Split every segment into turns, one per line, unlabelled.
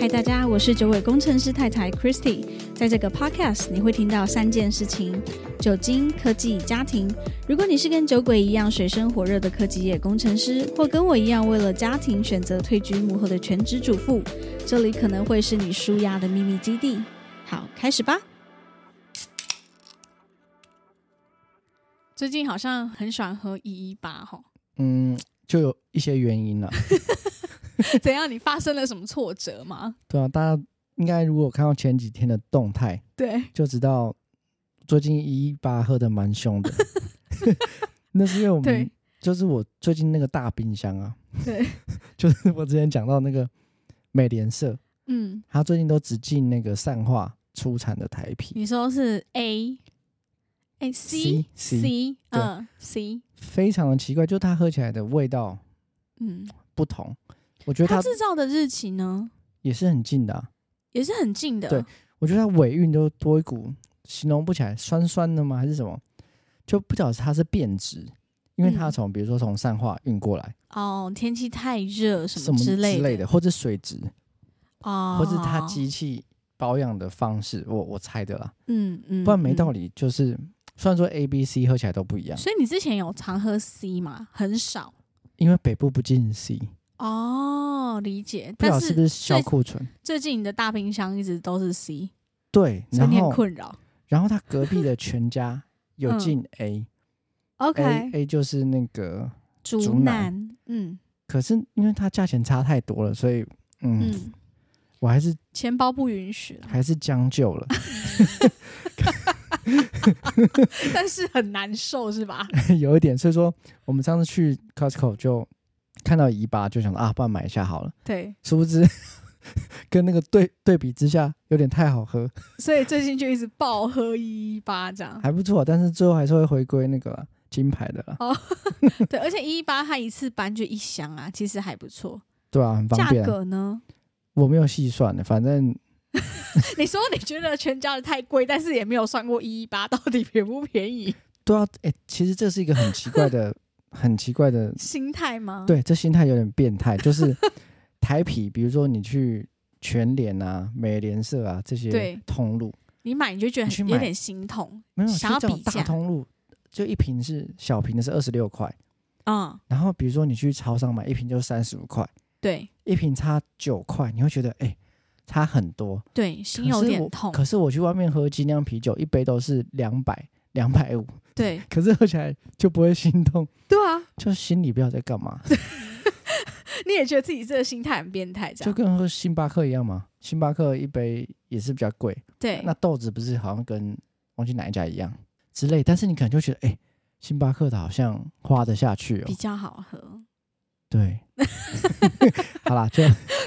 嗨，大家，我是九尾工程师太太 Christy。在这个 podcast，你会听到三件事情：酒精、科技、家庭。如果你是跟酒鬼一样水深火热的科技业工程师，或跟我一样为了家庭选择退居幕后的全职主妇，这里可能会是你舒压的秘密基地。好，开始吧。最近好像很喜欢喝一一八 哈，
嗯，就有一些原因了。
怎样？你发生了什么挫折吗？
对啊，大家应该如果有看到前几天的动态，
对，
就知道最近一八喝的蛮 凶的。 那是因为我
对
们就是我最近那个大冰箱啊，
对，
就是我之前讲到那个美联社，
嗯，
它最近都只进那个善化出产的台啤，
你说是 A，哎 C
C，
C，
对
嗯 C，
非常的奇怪，就它喝起来的味道
嗯，
不同。我觉得
它
它
制造的日期呢
也是很近的、啊，
也是很近的，
对，我觉得它尾韵都多一股形容不起来，酸酸的吗？还是什么？就不晓得它是变质，因为它
嗯
从、比如说从善化运过来，
哦，天气太热什
什么
么嗯之类
之类的，或者水质，
哦，
或是它机器保养的方式，我我猜的啦，
嗯嗯，
不然没道
理。
理。就是虽然说 A、B、C 喝起来都不一样，
所以你之前有常喝 C 吗？很少
因为北部不进 C，
哦，理解。
不晓
但
得是不是小
最
库存？
最近你的大冰箱一直都是 C，
对，
所以
然
你很
后
困扰。
然后他隔壁的全家有
嗯
进 A，A、
OK，
A 就是那个
竹
哎竹南
南，嗯
可是因为它价钱差太多了，所以嗯，
嗯，
我还是
钱包不允许啦，
还是将就了，
但是很难受是 吧？
有一点。所以说，我们上次去 Costco 就看到一八，就想说啊，不然买一下好了。
对，
殊不知 跟那个对对比之下，有点太好喝，
所以最近就一直暴喝一一八这样。
还不错。但是最后还是会回归那个啦金牌的
哦
啦，
对，而且一一八它一次搬就一箱啊，其实还不错。
对啊，很
价
方便啊。
格呢？
我没有细算的，反正
你说你觉得全家的太贵，但是也没有算过一一八到底便不便宜，
对啊，哎、其实这是一个很奇怪 的、很奇怪的
心态吗？，
对，这心态有点变态，就是台啤，比如说你去全联啊、美联社啊
对
这些通路，
你买你就觉得
你去
很
买
有点心痛，
没有
想要
像这
比
种
价
大，通路，就一瓶是小瓶的是二十六块，
嗯，
然后比如说你去超商买一瓶就三十五块，
对
一瓶差九块，你会觉得哎、差很多，
对，心
可
有
是
点
我
痛，
可是我去外面喝精酿啤酒，一杯都是两百。两百五，
对
可是喝起来就不会心痛，
对啊，
就心里不知道在干嘛，
你也觉得自己这个心态很变态，这
就
样
跟喝星巴克一样嘛。星巴克一杯也是比较贵，
对，
那豆子不是好像跟忘记哪一家一样之类，但是你可能就觉得，哎、星巴克的好像花得下去哦
比。较好喝，
对，好啦，就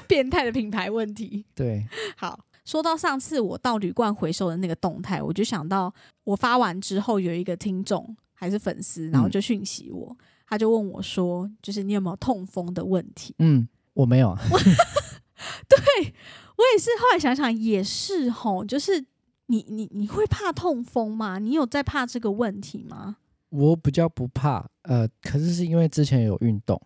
变态的品牌问题。
对，
好，说到上次我到旅馆回收的那个动态，我就想到我发完之后有一个听众还是粉丝，
嗯
然后就讯息我，他就问我说，就是你有没有痛风的问题？
嗯，我没有啊，
我也是后来想想也是吼，就是你你你会怕痛风吗？你有在怕这个问题吗？
我比较不怕，呃，可是是因为之前有运动，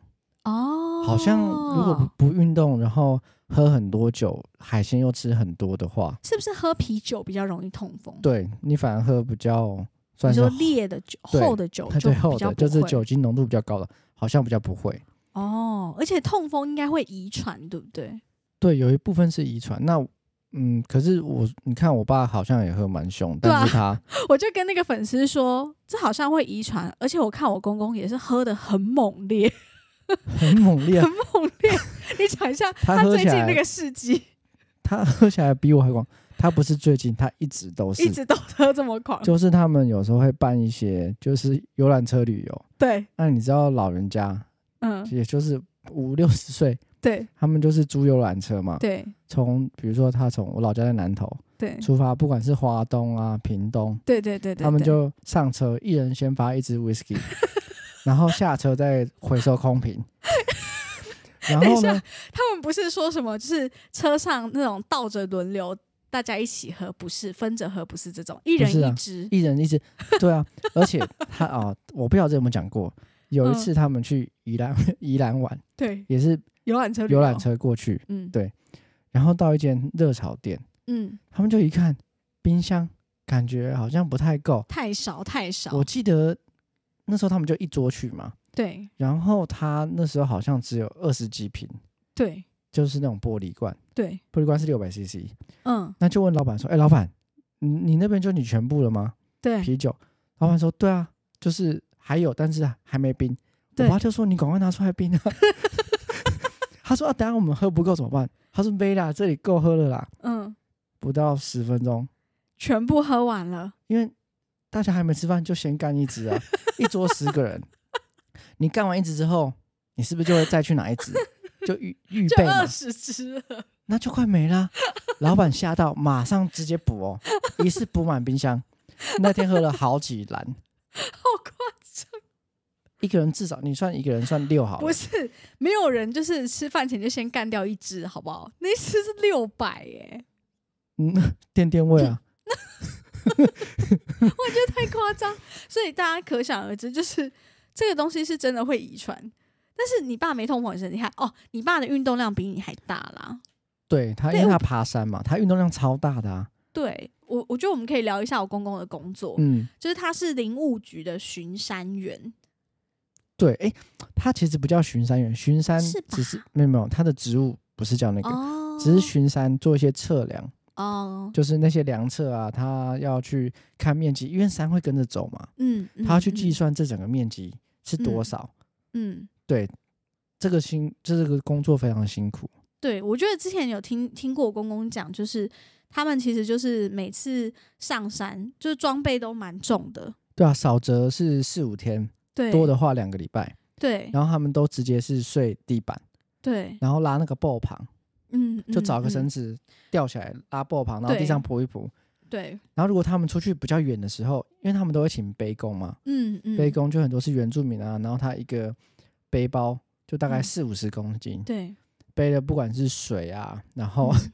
哦，
好像如果不不运动，然后喝很多酒，海鲜又吃很多的话，
是不是喝啤酒比较容易痛风？，
对你反而喝比较算
你
是
说烈的酒、
对
厚的酒就
对后
比较
的，
不
就是
会
酒精浓度比较高的，好像比较不会。
哦，而且痛风应该会遗传，对不对？
对，有一部分是遗传。那嗯，可是我你看，我爸好像也喝蛮凶，
对啊
但是他
我就跟那个粉丝说，这好像会遗传，而且我看我公公也是喝的很猛烈，
很猛烈
很
啊，
猛烈。你讲一下
他喝
最
起
近
来
那个事迹，
他喝起来比我还狂。他不是最近，他一直都
一
是，
直都喝这么狂。
就是他们有时候会办一些就是游览车旅游。
对，
那你知道老人家，
嗯，
也就是五六十岁，
对，
他们就是租游览车嘛。
对，
从比如说他从我老家在南投
对，
出发，不管是花东啊、屏东，
对，对，对，对，
他们
对
就上车，一人先发一支 whisky，然后下车再回收空瓶。然
等一
后
下
呢？
他们不是说什么，就是车上那种倒着轮流。大家一起喝不是分着喝不是这种一人
不是啊
一支，
一人一支，对啊。而且他啊、我不晓得有没有讲过，有一
嗯
次他们去宜兰宜兰玩，
对
也是
游览车旅游
游览车过去，
嗯
对然后到一间热炒店，
嗯，
他们就一看冰箱，感觉好像不太够。
太少太少
我，记得那时候他们就一桌去嘛，
对
然后他那时候好像只有二十几瓶，
对
就是那种玻璃罐，
对，
玻璃罐是六百 CC。
嗯，
那就问老板说：“哎、老板，你你那边就你全部了吗？
对
啤酒？”老板说：“对啊，就是还有，但是还没冰。”我
对
爸就说：“你赶快拿出来冰啊！” 他说：“啊，等一下我们喝不够怎么办？”他说：“没啦，这里够喝了啦。
嗯，”
不到十分钟，
全部喝完了，
因为大家还没吃饭，就先干一 支啊，一桌十个人，你干完一支之后，你是不是就会再去拿一支？就预预
就
备嘛
二，十支了，
那就快没啦。老板吓到，马上直接补哦，一次补满冰箱。那天喝了好几篮，
好夸张！
一个人至少你算一个人算六好
不
了，
是，没有人就是吃饭前就先干掉一支，好不好？那一支是六百哎耶，
嗯，垫垫位啊，
太夸张，所以大家可想而知，就是这个东西是真的会遗传。但是你爸没痛风很深，你看哦，你爸的运动量比你还大啦。
对他，因为他爬山嘛，他运动量超大的啊，
对我，我觉得我们可以聊一下我公公的工作，
嗯，
就是他是林务局的巡山员，
对，哎、他其实不叫巡山员，巡山
是吧
只是没有没有，他的职务不是叫那个，
哦，
只是巡山做一些测量，
哦，
就是那些量测啊，他要去看面积，因为山会跟着走嘛，
嗯，嗯
他要去计，算这整个面积是多少。
嗯，嗯
对，这个辛，这个工作非常辛苦。
对，我觉得之前有听听过我公公讲，就是他们其实就是每次上山，就是装备都蛮重的，
对啊，少则是四五天，
对，
多的话两个礼拜。
对
然后他们都直接是睡地板，
对，
然后拉那个抱旁，
嗯，
就找个
嗯
绳
嗯
子吊起来拉抱旁，然后地
对
上铺一铺。
对，
然后如果他们出去比较远的时候，因为他们都会请背工嘛，
嗯嗯，
背工就很多是原住民啊，然后他一个背包就大概
嗯
四五十公斤，
对，
背的不管是水啊，然后、
嗯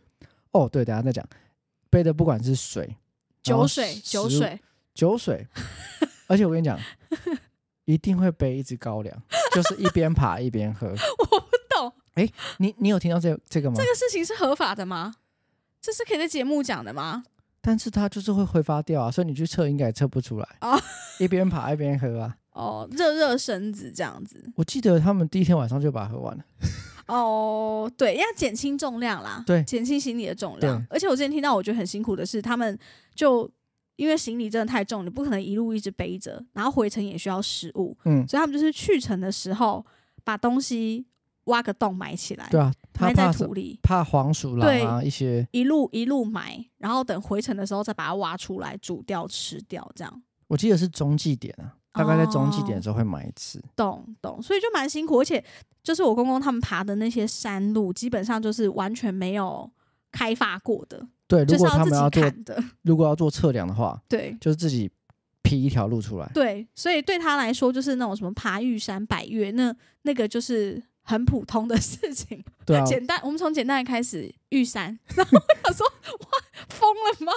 哦对，等一下再讲，背的不管是水、然后
酒水酒
食物
水，
酒水，而且我 跟你讲，一定会背一只高粱，就是一边爬一边喝。
我不懂
你你有听到这这个吗？
这个事情是合法的吗？这是可以在节目讲的吗？
但是它就是会挥发掉啊，所以你去测应该也测不出来。
哦
一边爬一边喝啊！
哦，热热身子这样子。
我记得他们第一天晚上就把它喝完了。
哦，对，要减轻重量啦，
对
减轻行李的重量
对。
而且我之前听到，我觉得很辛苦的是，他们就因为行李真的太重，你不可能一路一直背着，然后回程也需要食物，
嗯，
所以他们就是去程的时候把东西挖个洞埋起来，
对啊，他
埋在
怕什
土里，
怕黄鼠狼啊，一些
一路一路埋，然后等回程的时候再把它挖出来煮掉吃掉，这样。
我记得是中继点啊，大概在中继点
哦
的时候会买一次。
懂懂，所以就蛮辛苦，而且就是我公公他们爬的那些山路，基本上就是完全没有开发过的，
对，如
就是
果他们要
自己
做
砍的。
如果要做测量的话，
对
就是自己劈一条路出来。
对，所以对他来说，就是那种什么爬玉山、百越，那那个就是很普通的事情。
对啊，
简单，我们从简单的开始，玉山。 然后我想说，哇，疯了吗？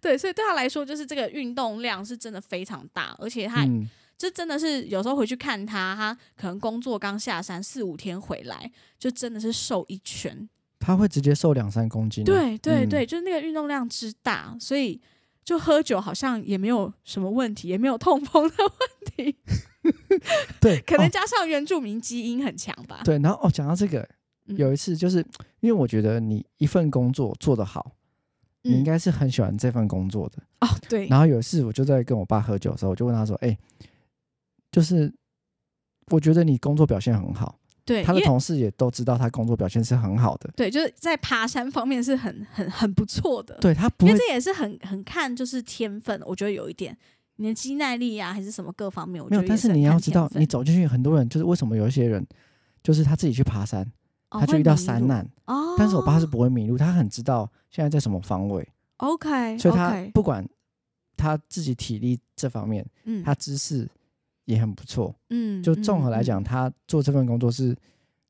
对，所以对他来说，就是这个运动量是真的非常大，而且他
嗯，
这真的是有时候回去看他，他可能工作刚下山四五天回来，就真的是瘦一圈。
他会直接瘦两三公斤啊。
对对
嗯
对，就是那个运动量之大，所以就喝酒好像也没有什么问题，也没有痛风的问题，
对，
可能
哦
加上原住民基因很强吧。
对。然后哦，讲到这个，
嗯
有一次就是因为我觉得你一份工作做得好，你应
嗯
该是很喜欢这份工作的。
哦，对，
然后有一次我就在跟我爸喝酒的时候，我就问他说：“哎、就是我觉得你工作表现很好，
对，
他
因
的
为
同事也都知道他工作表现是很好的，
对，就是在爬山方面是很很很不错的。，
对他不
呃因为
会
这也是很很看就是天分，我觉得有一点你的肌耐力啊，还是什么各方面，我觉
没有。
得
但
也是
是
很
你要
看
知
天
道，
分
你走进去，很多人就是为什么有一些人就是他自己去爬山，
哦
他就
会
遇到
迷
山
路
难，
哦。
但是我爸是不会迷路，他很知道现在在什么方位，
OK，
所以他
OK，
不管他自己体力这方面，
嗯
他知识也很不错。
嗯，
就
嗯
综合来，
嗯
讲，他做这份工作是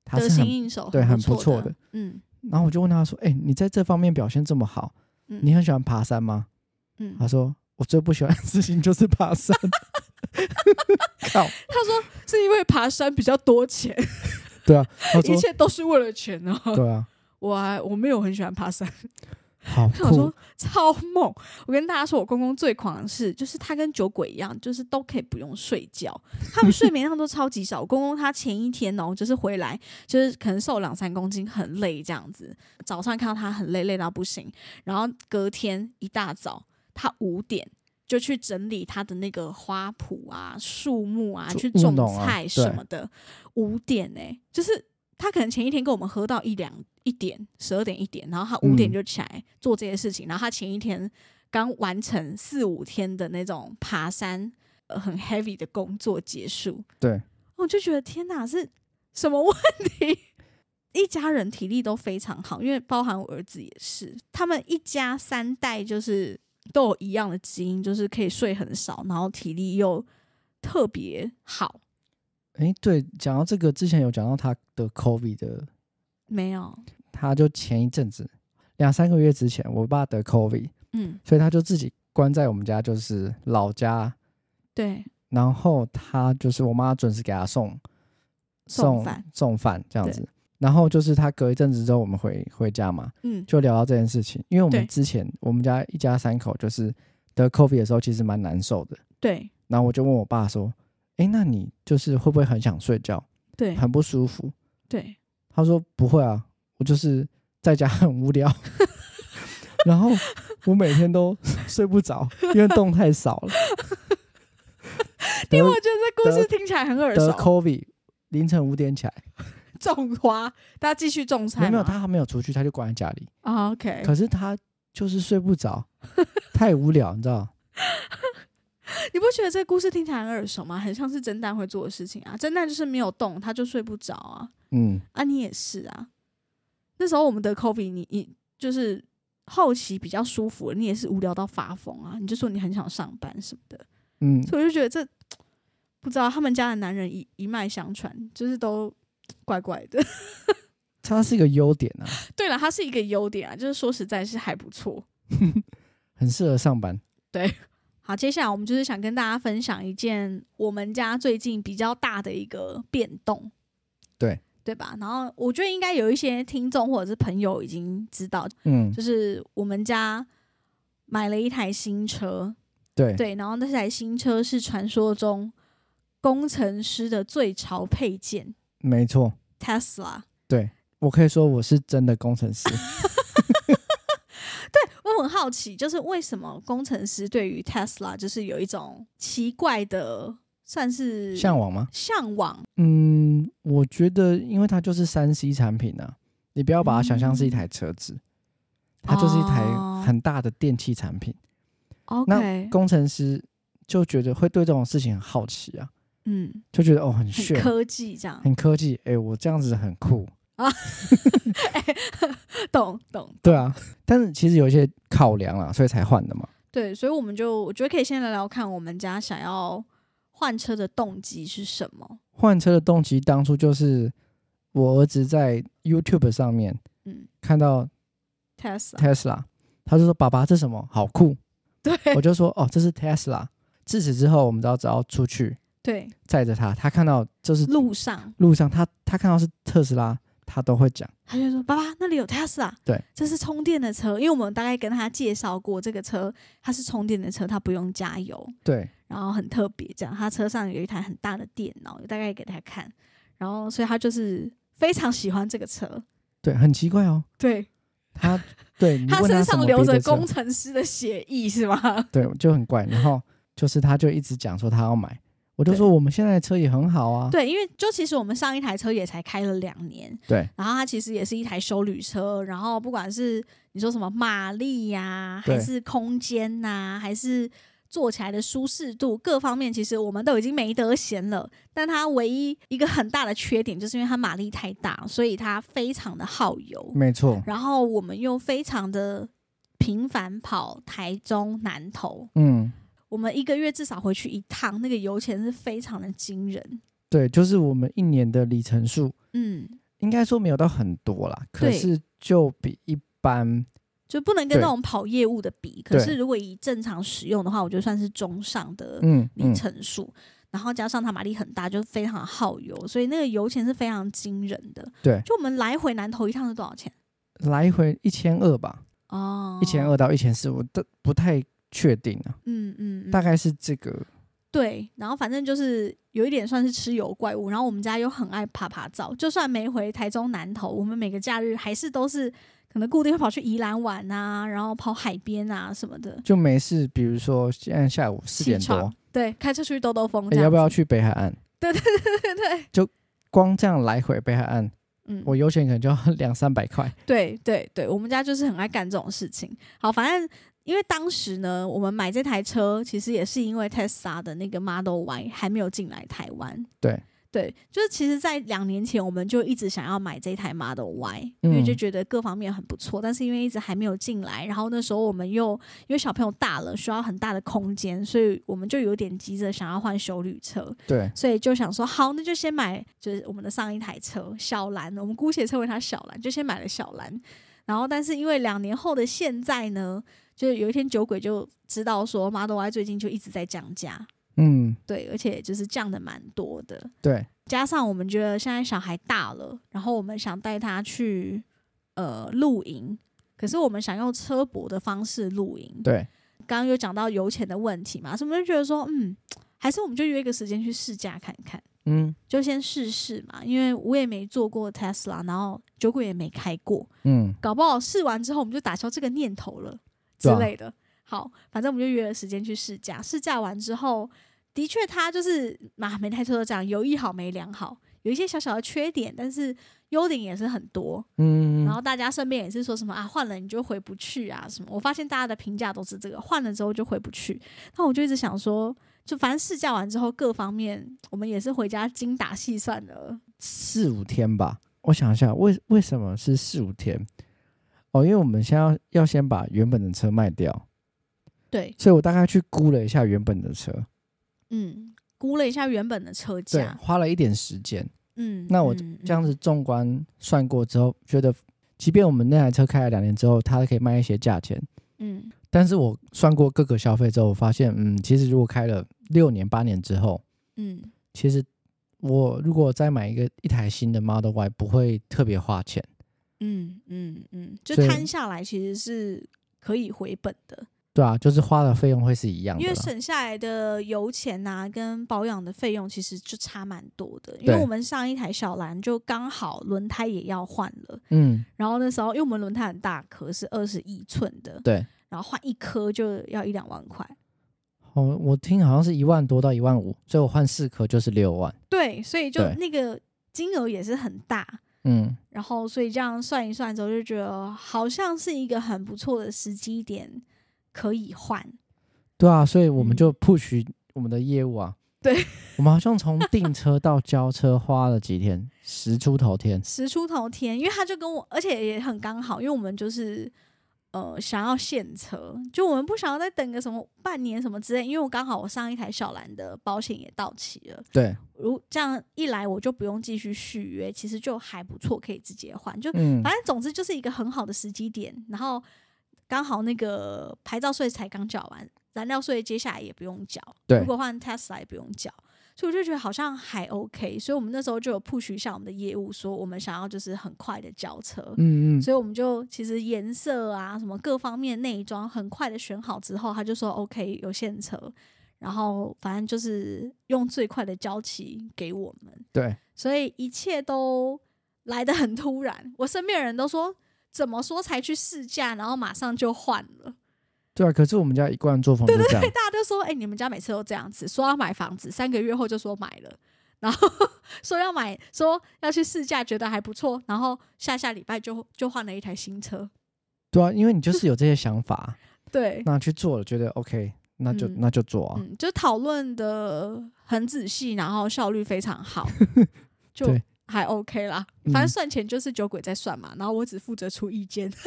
他
得
是
心
很
应手，
对很不
错
错的。
嗯
然后我就问他说：“哎、你在这方面表现这么好，
嗯，
你很喜欢爬山吗？”
嗯，
他说：“我最不喜欢的事情就是 爬山。” 靠，
他说是因为爬山比较多钱，
对啊，他说
一切都是为了钱哦。
对啊，
我还我没有很喜欢爬山，
好
我想
酷
说，超猛。我跟大家说，我公公最狂的是，就是他跟酒鬼一样，就是都可以不用睡觉，他们睡眠量都超级少。我公公他前一天哦，就是回来就是可能瘦两三公斤，很累这样子。早上看到他很累，累到不行，然后隔天一大早，他五点。就去整理他的那个花圃啊、树木啊，
就
去
务
种
农啊
菜
对
什么的。五点呢、就是他可能前一天跟我们喝到一两一点、十二点一点，然后他五点
嗯
就起来做这些事情，然后他前一天刚完成四五天的那种爬山、呃、很 heavy 的工作结束，哦
对，
我就觉得天哪，是什么问题？ 一家人体力都非常好，因为包含我儿子也是，他们一家三代就是都有一样的基因，就是可以睡很少，然后体力又特别好。
哎，对，讲到这个，之前有讲到他得 COVID 的，
没有，
他就前一阵子两三个月之前，我爸得 COVID，
嗯，
所以他就自己关在我们家，就是老家，
对，
然后他就是我妈准时给他送
送饭
送饭这样
对
子。然后就是他隔一阵子之后，我们回回家嘛，
嗯，
就聊到这件事情。因为我
对
们之前我们家一家三口就是得 COVID 的时候，其实蛮难受的。
对，
然后我就问我爸说：“哎，那你就是会不会很想睡觉，
对，
很不舒服
对，？”
他说：“不会啊，我就是在家 很无聊，然后我每天都睡不着，因为动太少 了。得
因为我觉得这故事
得
听起来很耳
得
熟。
COVID，凌晨五点起来，
种花，大家继续种
没
菜
有没有，
吗
他还没有出去，他就关在家里。
啊，OK，
可是他就是睡不着，太无聊，你知道？
你不觉得这个故事听起来很耳熟吗？很像是蒸蛋会做的事情啊。蒸蛋就是没有动，它就睡不着啊。
嗯，
啊，你也是啊。那时候我们得 COVID，你你就是后期比较舒服了，你也是无聊到发疯啊。你就说你很想上班什么的，
嗯，
所以我就觉得这不知道他们家的男人一一脉相传，就是都怪怪的。
它是一个优点啊，
对了，它是一个优点啊，就是说实在是还不错。
很适合上班。
好，接下来我们就是想跟大家分享一件我们家最近比较大的一个变动，
对
对吧？然后我觉得应该有一些听众或者是朋友已经知道，
嗯，
就是我们家买了一台新车，
对，
对，然后那台新车是传说中工程师的最潮配件
没错，
Tesla。
我可以说我是真的工程师。
我很好奇，就是为什么工程师对于 Tesla 就是有一种奇怪的，算是
向往吗？
向往，
嗯，我觉得因为它就是三 C 产品啊，你不要把它想象是一台车子，它就是一台
嗯哦
很大的电器产品。
OK，
那工程师就觉得会对这种事情很好奇啊，
嗯。
就觉得哦很
很
炫。
科技这样，
很科技，哎、我这样子很酷，
懂懂
对啊， 但是其实有一些考量啦，所以才换的嘛。
对，所以我们就我觉得可以先聊聊看我们家想要换车的动机是什么。
换车的动机当初就是我儿子在 YouTube 上面
嗯
看到
，Tesla，
Tesla，他就说：“爸爸，这什么？好酷！”
对
我就说：“哦，这是 Tesla。”自此之后，我们只要只要出去
对，
载着他，他看到这是
路上
路上，他他看到是特斯拉，他都会讲。
他就说：“爸爸，那里有 Tesla，
对，
这是充电的车。”因为我们大概跟他介绍过，这个车它是充电的车，它不用加油，
对，
然后很特别，这样他车上有一台很大的电脑，大概给他看，然后所以他就是非常喜欢这个车。
对，很奇怪哦，
对
他 对你
他
问
身
什
上
么
留
别
着
的车
工程师的血意是吗？
对，就很怪。然后就是他就一直讲说他要买，我就
对
说我们现在的车也很好啊，
对，因为就其实我们上一台车也才开了两年，
对，
然后它其实也是一台修旅车，然后不管是你说什么马力呀、还
对
是空间呐、还是坐起来的舒适度各方面，其实我们都已经没得闲了。但它唯一一个很大的缺点，就是因为它马力太大，所以它非常的耗油。
没错，
然后我们又非常的频繁跑台中南投，
嗯，
我们一个月至少回去一趟，那个油钱是非常的惊人。
对，就是我们一年的里程数
嗯，
应该说没有到很多啦，可
对
是就比一般
就不能跟
对
那种跑业务的比。可
对
是如果以正常使用的话，我觉得算是中上的
嗯
里
嗯
程数。然后加上它马力很大，就非常耗油，所以那个油钱是非常惊人的。
对
就我们来回南投一趟是多少钱？
嗯来回一千二吧，
哦，
一千，二到一千四，我都不太确定啊，
嗯嗯，
大
概
概是这个。
对。然后反正就是有一点算是吃油怪物，然后我们家又很爱爬爬照，就算没回台中南投，我们每个假日还是都是可能固定会跑去宜兰玩啊，然后跑海边啊什么的。
就没事，比如说现在下午四点
起
多
床，对，开车出去兜兜风，
诶
这样
哎要不要
子？
去北海岸？
对对，
光这样来回北海岸，
嗯，
我油钱可能就要 两三百块。
对对对，我们家就是很爱干这种事情。好，反正因为当时呢，我们买这台车其实也是因为 Tesla 的那个 Model Y 还没有进来台湾。
对
对，就是其实，在两年前我们就一直想要买这台 Model Y，因为就
嗯
觉得各方面很不错，但是因为一直还没有进来，然后那时候我们又因为小朋友大了，需要很大的空间，所以我们就有点急着想要换修旅车。
对，
所以就想说，好，那就先买，就是我们的上一台车小蓝，我们姑且称为它小蓝，就先买了小蓝。然后，但是因为两年后的现在呢，就是有一天酒鬼就知道说，Model Y 最近就一直在降价，
嗯，
对，而且就是降的蛮多的。
对，
加上我们觉得现在小孩大了，然后我们想带他去呃露营，可是我们想用车泊的方式露营，
对，
刚刚有讲到油钱的问题嘛，所以我们就觉得说，嗯，还是我们就约一个时间去试驾看看。
嗯
就先试试嘛，因为我也没坐过 Tesla，然后酒鬼也没开过，
嗯，
搞不好试完之后我们就打消这个念头了之
对啊
类的。好，反正我们就约了时间去试驾。试驾完之后，的确它就是啊嘛，每台车都这样，有一好没两好，有一些小小的缺点，但是优点也是很多。
嗯，
然后大家身边也是说什么啊，换了你就回不去啊什么。我发现大家的评价都是这个，换了之后就回不去。那我就一直想说，就反正试驾完之后，各方面我们也是回家精打细算的。
四五天吧。我想一下，为为什么是四五天？哦，因为我们先要要先把原本的车卖掉，
对，
所以我大概去估了一下原本的车，
嗯，估了一下原本的车
对，
价，
花了一点时间。
嗯，
那我
嗯
这样，子纵观算过之后，觉得即便我们那台车开了两年之后，它可以卖一些价钱，
嗯
但是我算过各个消费之后，我发现，嗯，其实如果开了六年、八年之后，
嗯嗯，
其实我如果再买一个一台新的 Model Y，不会特别花钱。
嗯嗯嗯，就
所以
摊下来其实是可以回本的，
对啊，就是花的费用会是一样的
因为
啦。
省下来的油钱呐、跟保养的费用其实就差蛮多的。因为
对
我们上一台小蓝就刚好轮胎也要换了，
嗯，
然后那时候因为我们轮胎很大颗，是二十一寸的，
对。
然后换一颗就要一两万块。
哦，我听好像是一万多到一万五，所以我换四颗就是六万。
对，所以就
对
那个金额也是很大。
嗯，
然后，所以这样算一算之后，就觉得好像是一个很不错的时机点，可以换。
对啊，所以我
嗯
们就 push 我们的业务啊。
对，
我们好像从订车到交车花了几天，十出头天。
十出头天，因为他就跟我，而且也很刚好，因为我们就是呃想要现车，就我们不想要再等个什么半年什么之类，因为我刚好我上一台小蓝的保险也到期了，
对，
如这样一来我就不用继续续约，其实就还不错，可以直接换，就
嗯
反，正总之就是一个很好的时机点，然后刚好那个牌照税才刚缴完，燃料税接下来也不用缴，
对
如果换 Tesla 也不用缴，所以我就觉得好像还 OK，所以我们那时候就有 push 一下我们的业务，说我们想要就是很快的交车，
嗯嗯，
所以我们就其实颜色啊什么各方面内装很快的选好之后，他就说 OK 有现车，然后反正就是用最快的交期给我们。
对，
所以一切都来得很突然。我身边的人都说，怎么说才去试驾，然后马上就换了。
对啊。可是我们家一贯作风就这样，
大家都说，哎、你们家每次都这样子，说要买房子，三个月后就说买了，然后 说要买，说要去试驾，觉得还不错，然后下下礼拜就就换了一台新车。
对啊，因为你就是有这些想 法啊，
对，
那去做了，觉得 OK，那就
嗯
那就做啊。
嗯，就讨论的很仔细，然后效率非常 好，就
对
还 OK 啦。反正
嗯
算钱就是酒鬼在算嘛，然后我只负责出意见。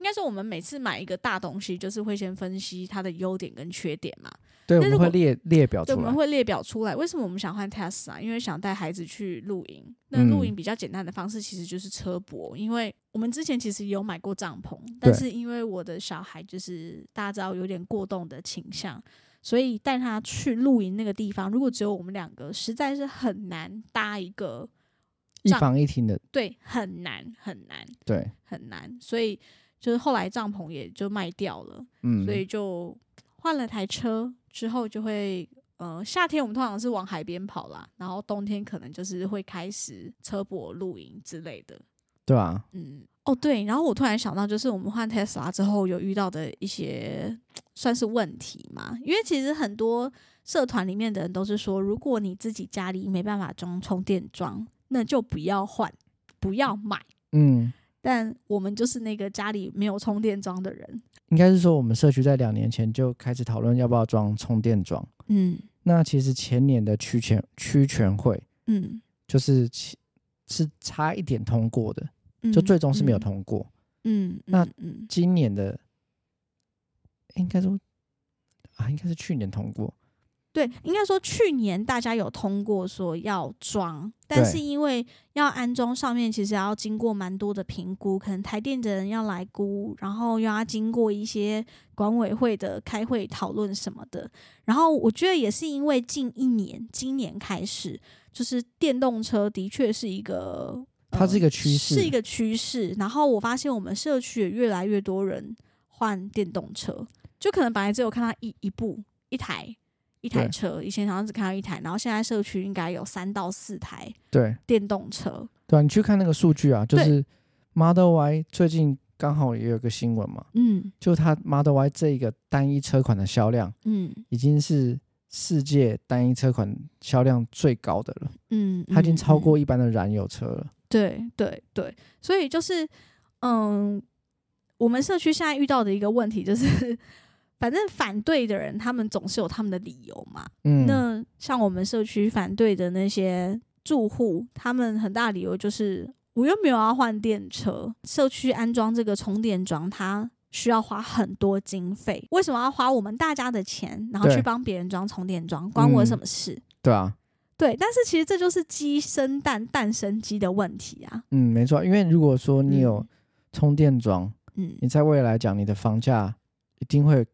应该说，我们每次买一个大东西，就是会先分析它的优点跟缺点嘛。
对，
那
我
如
们
果
会列列表
对，我
出
们
来。
会列表出来。为什么我们想换 Tesla？因为想带孩子去露营。那
嗯
露营比较简单的方式其实就是车泊，因为我们之前其实有买过帐篷，但是因为我的小孩就是大家知道有点过动的倾向，所以带他去露营那个地方，如果只有我们两个，实在是很难搭一个
一
帐
房一厅的，
对，很难很难
对，
很难，所以就是后来帐篷也就卖掉了，
嗯，
所以就换了台车之后就会。呃，夏天我们通常是往海边跑啦，然后冬天可能就是会开始车泊露营之类的。
对啊，
嗯，哦对，然后我突然想到，就是我们换 Tesla 之后有遇到的一些算是问题嘛，因为其实很多社团里面的人都是说，如果你自己家里没办法装充电桩，那就不要换，不要买。
嗯，
但我们就是那个家里没有充电桩的人，
应该是说我们社区在两年前就开始讨论要不要装充电桩。
嗯
那其实前年的区全区全会
嗯，
就是其是差一点通过的，就最终是没有通过。
嗯，嗯，
那
嗯嗯
今年的应该说啊，应该是去年通过，
对，应该说去年大家有通过说要装，但
对
是因为要安装上面其实要经过蛮多的评估，可能台电的人要来估，然后又要经过一些管委会的开会讨论什么的。然后我觉得也是因为近一年，今年开始，就是电动车的确是一个，呃
它是一个趋势
是一个趋势。然后我发现我们社区也越来越多人换电动车，就可能本来只有看到一一部一台。一台
对
车，以前好像只看到一台，然后现在社区应该有三到四台
对
电动车。
对啊，你去看那个数据啊，就
对
是 Model Y 最近刚好也有个新闻嘛，
嗯
就它 Model Y 这一个单一车款的销量
嗯
已经是世界单一车款销量最高的了，
嗯，
它已经
嗯
超
嗯
过一般的燃油车了。
对对对，所以就是，嗯，我们社区现在遇到的一个问题就是， 反正反对的人他们总是有他们的理由嘛。
嗯，
那像我们社区反对的那些住户，他们很大理由就是，我又没有要换电车，社区安装这个充电桩，它。需要花很多经费，为什么要花我们大家的钱，然后
对
去帮别人装充电桩，关我
嗯
什么事？
对啊，
对，但是其实这就是鸡生蛋，蛋生鸡的问题啊。
嗯，没错，因为如果说你有
嗯
充电桩，
嗯，
你在未来讲你的房价一定会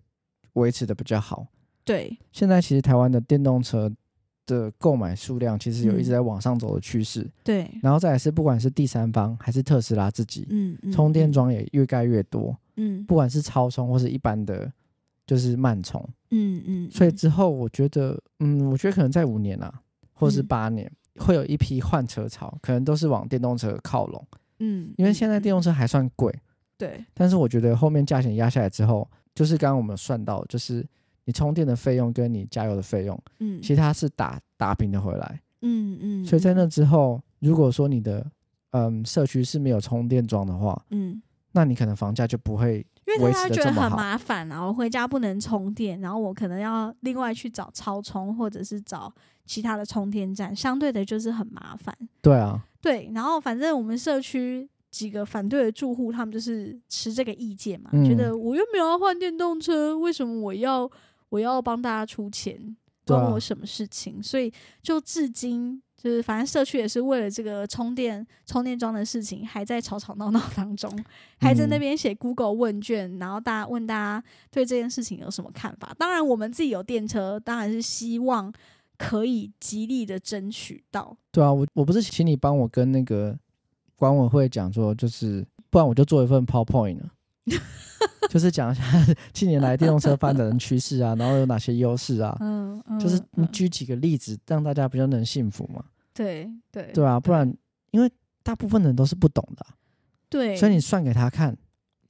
维持的比较好。
对，
现在其实台湾的电动车的购买数量其实有一直
嗯
在往上走的趋势，
对，
然后再来是不管是第三方还是特斯拉自己，
嗯，嗯
充电，桩也越盖越多，
嗯
不管是超充或是一般的，就是慢充。
嗯嗯，
所以
嗯
之后我觉得，嗯，我觉得可能在五年啊，或是
嗯
八年，会有一批换车潮，可能都是往电动车靠拢，
嗯，
因为
嗯
现在电动
嗯
车还算贵，
对，
但是我觉得后面价钱压下来之后，就是刚刚我们有算到，就是你充电的费用跟你加油的费用，
嗯，
其他是打打平的回来。
嗯嗯，
所以在
嗯
那，之后，如果说你的嗯社区是没有充电桩的话，
嗯，
那你可能房价就不会
因
维
为大
持
家
得
觉
这
得
么
很
好
麻烦啊，我回家不能充电，然后我可能要另外去找超充或者是找其他的充电站，相对的就是很麻烦。
对啊，
对，然后反正我们社区几个反对的住户，他们就是持这个意见嘛，觉
嗯
得我又没有要换电动车，为什么我要我要帮大家出钱，
对
关
啊
我什么事情？所以就至今就是，反正社区也是为了这个充电充电桩的事情，还在吵吵闹闹当中，还在那
嗯
边写 Google 问卷，然后大家问大家对这件事情有什么看法？当然，我们自己有电车，当然是希望可以极力的争取到。
对啊，我我不是请你帮我跟那个管委会讲说，就是不然我就做一份 PowerPoint 呢，就是讲一下 近年来电动车发展的趋势啊，然后有哪些优势啊，
嗯，嗯
就是你
嗯
举几个例子，让大家比较能幸福嘛，
对对
对啊，不然因为大部分人都是不懂的啊、
对，
所以你算给他看，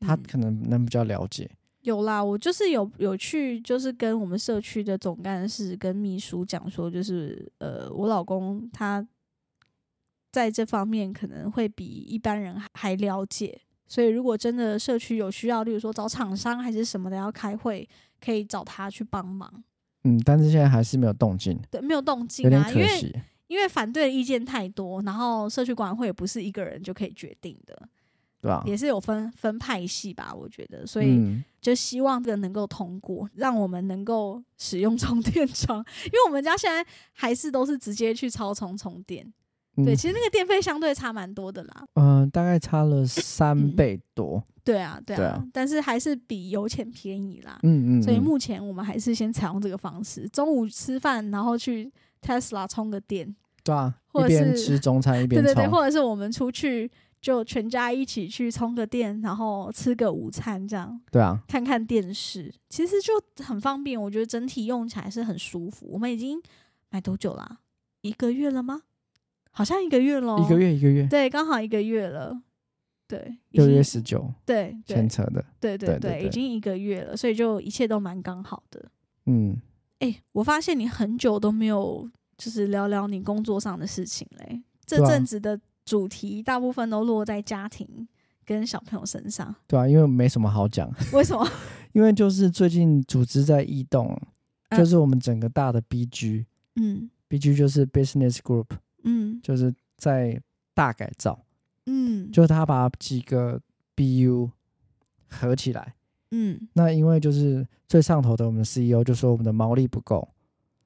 他
嗯
可能能比较了解。
有啦，我就是有有去，就是跟我们社区的总干事跟秘书讲说，就是呃，我老公他在这方面可能会比一般人还还了解，所以如果真的社区有需要，例如说找厂商还是什么的要开会，可以找他去帮忙。
嗯，但是现在还是没有动静，
对，没有动静
有点
啊，因
可
为
惜。
因为反对的意见太多，然后社区管委会也不是一个人就可以决定的，
对吧、啊？
也是有分分派系吧，我觉得，所以。
嗯，
就希望这个能够通过，让我们能够使用充电桩，因为我们家现在还是都是直接去超充充电。对，
嗯
其实那个电费相对差蛮多的啦。
嗯，大概差了三
嗯
倍多。
对啊，对啊，
对啊
但是还是比油钱便宜啦。
嗯嗯，
所以
嗯
目前我们还是先采用这个方式，中午吃饭然后去 Tesla 充个电，
对啊，
或
一
者
边
是
吃中餐
对
一边
对对，
冲，
或者是我们出去就全家一起去充个电，然后吃个午餐，这样
对啊，
看看电视，其实就很方便。我觉得整体用起来是很舒服。我们已经买多久啦、一个月了吗？好像一个月喽，
一个，月一个月，
对，刚好一个月了。对，已
六月
经
十九
对对
牵扯的，
对
对
对
对
对，
对
已经一个月了，所以就一切都蛮刚好的。
嗯，
哎、我发现你很久都没有就是聊聊你工作上的事情嘞。这
对啊
阵子的主题大部分都落在家庭跟小朋友身上，
对啊，因为没什么好讲，
为什么？
因为就是最近组织在异动，
嗯
就是我们整个大的 BG，BG、
嗯
就是 Business Group，
嗯
就是在大改造，
嗯，
就是他把几个 BU 合起来。
嗯
那因为就是最上头的我们的 CEO 就说我们的毛利不够，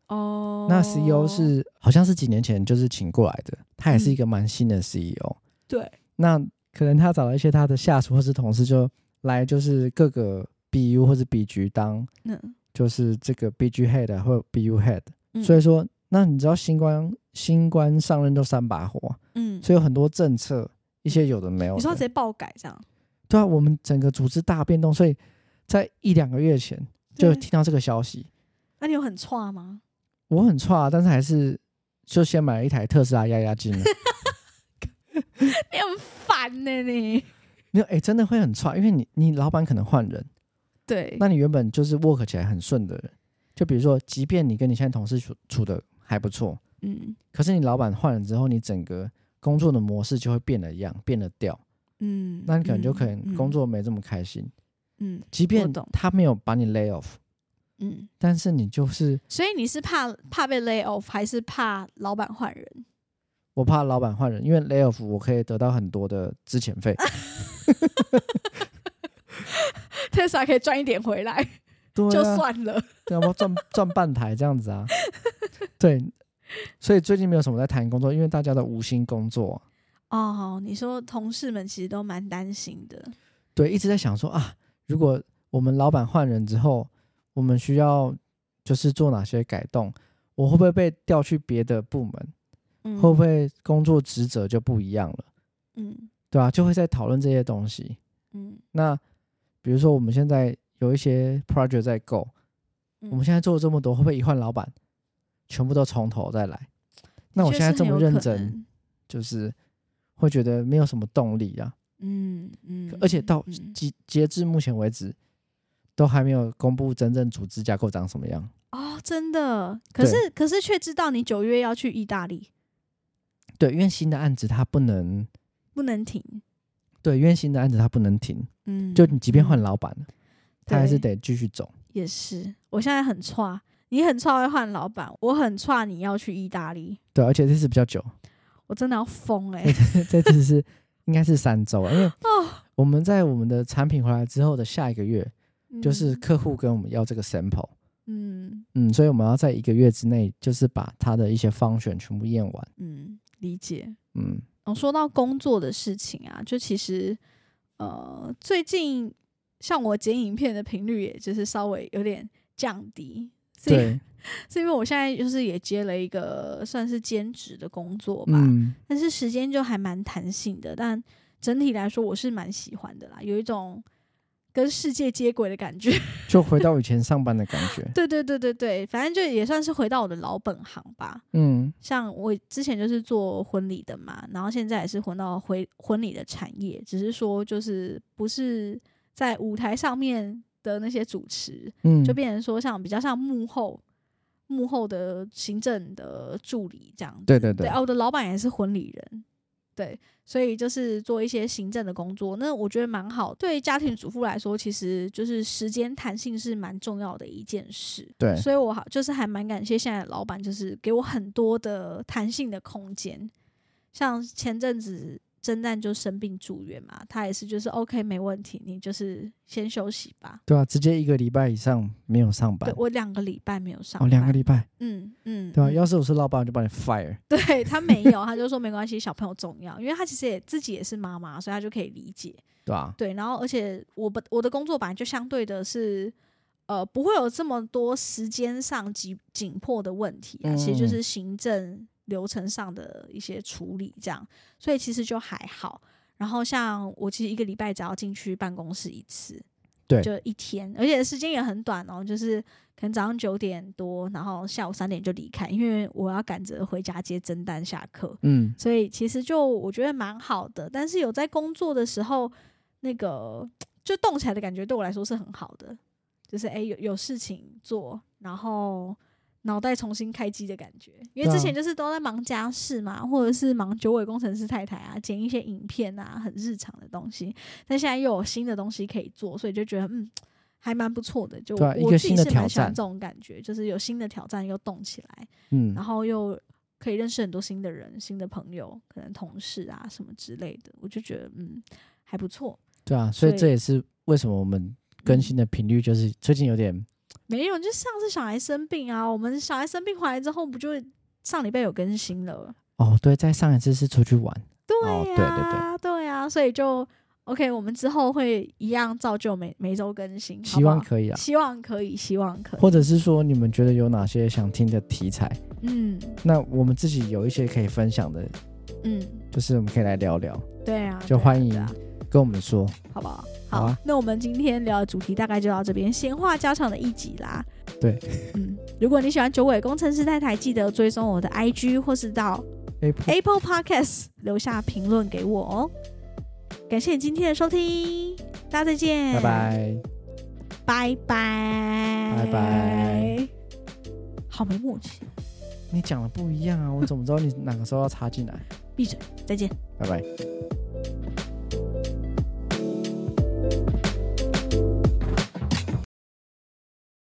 哦，
那 CEO 是好像是几年前就是请过来的，他也是一个蛮新的 CEO、
嗯对，
那可能他找了一些他的下属或是同事就来就是各个 BU 或是 BG 当
嗯，
就是这个 BG head 啊或者 BU head，、
嗯
所以说那你知道新官新官上任都三把火啊，
嗯，
所以有很多政策一些有的没有
你说
的
直，接爆改这样，
对啊，我们整个组织大变动，所以在一两个月前就有
对啊
听到这个消息。
那你有很差吗？
我很差，啊但是还是就先买了一台特斯拉压 压惊了。
你很烦呢、你。
没有，哎、真的会很差，因为你你老板可能换人，
对，
那你原本就是 work 起来很顺的人，就比如说，即便你跟你现在同事处处的还不错，
嗯
可是你老板换了之后，你整个工作的模式就会变了样，变了调，
嗯，
那你可能就可
嗯
能工，作没这么开心。
嗯
即便
懂
他没有把你 lay off，
嗯嗯，
但是你就是
所以你是怕怕被 lay off，还是怕老板换 人？
我怕老板换人，因为 lay off 我可以得到很多的资遣费。
啊特斯拉可以赚一点回来，
对、啊，
就算了。
对啊，我赚 赚半台这样子啊。对，所以最近没有什么在谈工作，因为大家都无心工作。
哦，你说同事们其实都蛮担心的，
对，一直在想说啊，如果我们老板换人之后，我们需要就是做哪些改动？我会不会被调去别的部门？
嗯
会不会工作职责就不一样了？
嗯
对啊，就会在讨论这些东西。
嗯，
那比如说我们现在有一些 project 在 go，
嗯
我们现在做了这么多，会不会一换老板，全部都从头再来？那我
确
现在
实
这
很
么
有
认
可
真，
能，
就是会觉得没有什么动力啊。
嗯嗯，
而且到
嗯
截截至目前为止，都还没有公布真正组织架构长什么样。
哦，真的，可是可是却知道你九月要去意大利，
对，因为新的案子它不能，
不能停，
对，因为新的案子它不能停，
嗯，
就你即便
嗯
换老板了，他还是
对
得继续走。
也是，我现在很差，你很差会换老板，我很差你要去意大利，
对，而且这次比较久，
我真的要疯哎、
这次是应该是三周啊，因为
哦，
我们在我们的产品回来之后的下一个月， 就是
嗯
客户跟我们要这个 sample。
嗯
嗯，所以我们要在一个月之内，就是把他的一些方选全部验完。
嗯，理解，
嗯，
哦，说到工作的事情啊，就其实呃，最近像我剪影片的频率，也就是稍微有点降低，是因
对，
是因为我现在就是也接了一个算是兼职的工作吧，
嗯，
但是时间就还蛮弹性的，但整体来说我是蛮喜欢的啦，有一种跟世界接轨的感觉。。
就回到以前上班的感觉
对对对对对，反正就也算是回到我的老本行吧。
嗯，
像我之前就是做婚礼的嘛，然后现在也是混到婚婚礼的产业，只是说就是不是在舞台上面的那些主持，
嗯，
就变成说像比较像幕后幕后的行政的助理这样子。
对对对
对，，啊，我的老板也是婚礼人，对，所以就是做一些行政的工作，那我觉得蛮好。对于家庭主妇来说，其实就是时间弹性是蛮重要的一件事。
对
所以我好就是还蛮感谢现在的老板，就是给我很多的弹性的空间。像前阵子甄蛋就生病住院嘛，他也是就是 OK 没问题，你就是先休息吧。
对啊，直接一个礼拜以上没有上班
对，我两个礼拜没有上
哦，
班，
两个礼拜，
嗯嗯，
对啊，
嗯
要是我是老板，我就把你 fire。
对他没有，他就说没关系，小朋友重要，因为他其实也自己也是妈妈，所以他就可以理解。
对啊，
对，然后而且我本我的工作本来就相对的是，呃，不会有这么多时间上紧紧迫的问题啊，其实就
嗯
是行政流程上的一些处理，这样，所以其实就还好。然后像我其实一个礼拜只要进去办公室一次，
对
就一天，而且时间也很短哦，就是可能早上九点多，然后下午三点就离开，因为我要赶着回家接蒸蛋下课，
嗯，
所以其实就我觉得蛮好的。但是有在工作的时候，那个就动起来的感觉对我来说是很好的，就是诶有有事情做，然后脑袋重新开机的感觉。因为
对啊
之前就是都在忙家事嘛，或者是忙九尾工程师太太啊，剪一些影片啊，很日常的东西。但现在又有新的东西可以做，所以就觉得嗯。还蛮不错的，就
对啊一
我
个
自己
新的
是蛮
挑
喜欢
战
这种感觉，就是有新的挑战又动起来，
嗯
然，后又可以认识很多新的人、新的朋友，可能同事啊什么之类的，我就觉得嗯还不错。
对啊，所
所
以
以嗯
这也是为什么我们更新的频率就是最近有点
没有，就上次小孩生病啊，我们小孩生病回来之后，不就上礼拜有更新了？
哦，对，在上一次是出去玩，哦
对
对
呀、
对
对呀、所以就 OK，我们之后会一样照旧每每周更新，
希望
好不好
可以啊，
希望可以，希望可以，
或者是说你们觉得有哪些想听的题材，
嗯
那我们自己有一些可以分享的，
嗯，
就是我们可以来聊聊，
对啊，
就
对啊
欢迎
对啊
跟我们说。
好不好？
好啊
那我们今天聊的主题大概就到这边，闲话家常的一集啦。
对，
嗯，如果你喜欢九尾工程师太太，记得追踪我的 IG 或是到
Apple
Apple Podcast 留下评论给我哦。感谢你今天的收听，大家再见，
拜，拜。
拜拜，
拜拜，
好没默契，
你讲的不一样啊，我怎么知道你哪个时候要插进来？
闭嘴，再见。
拜拜。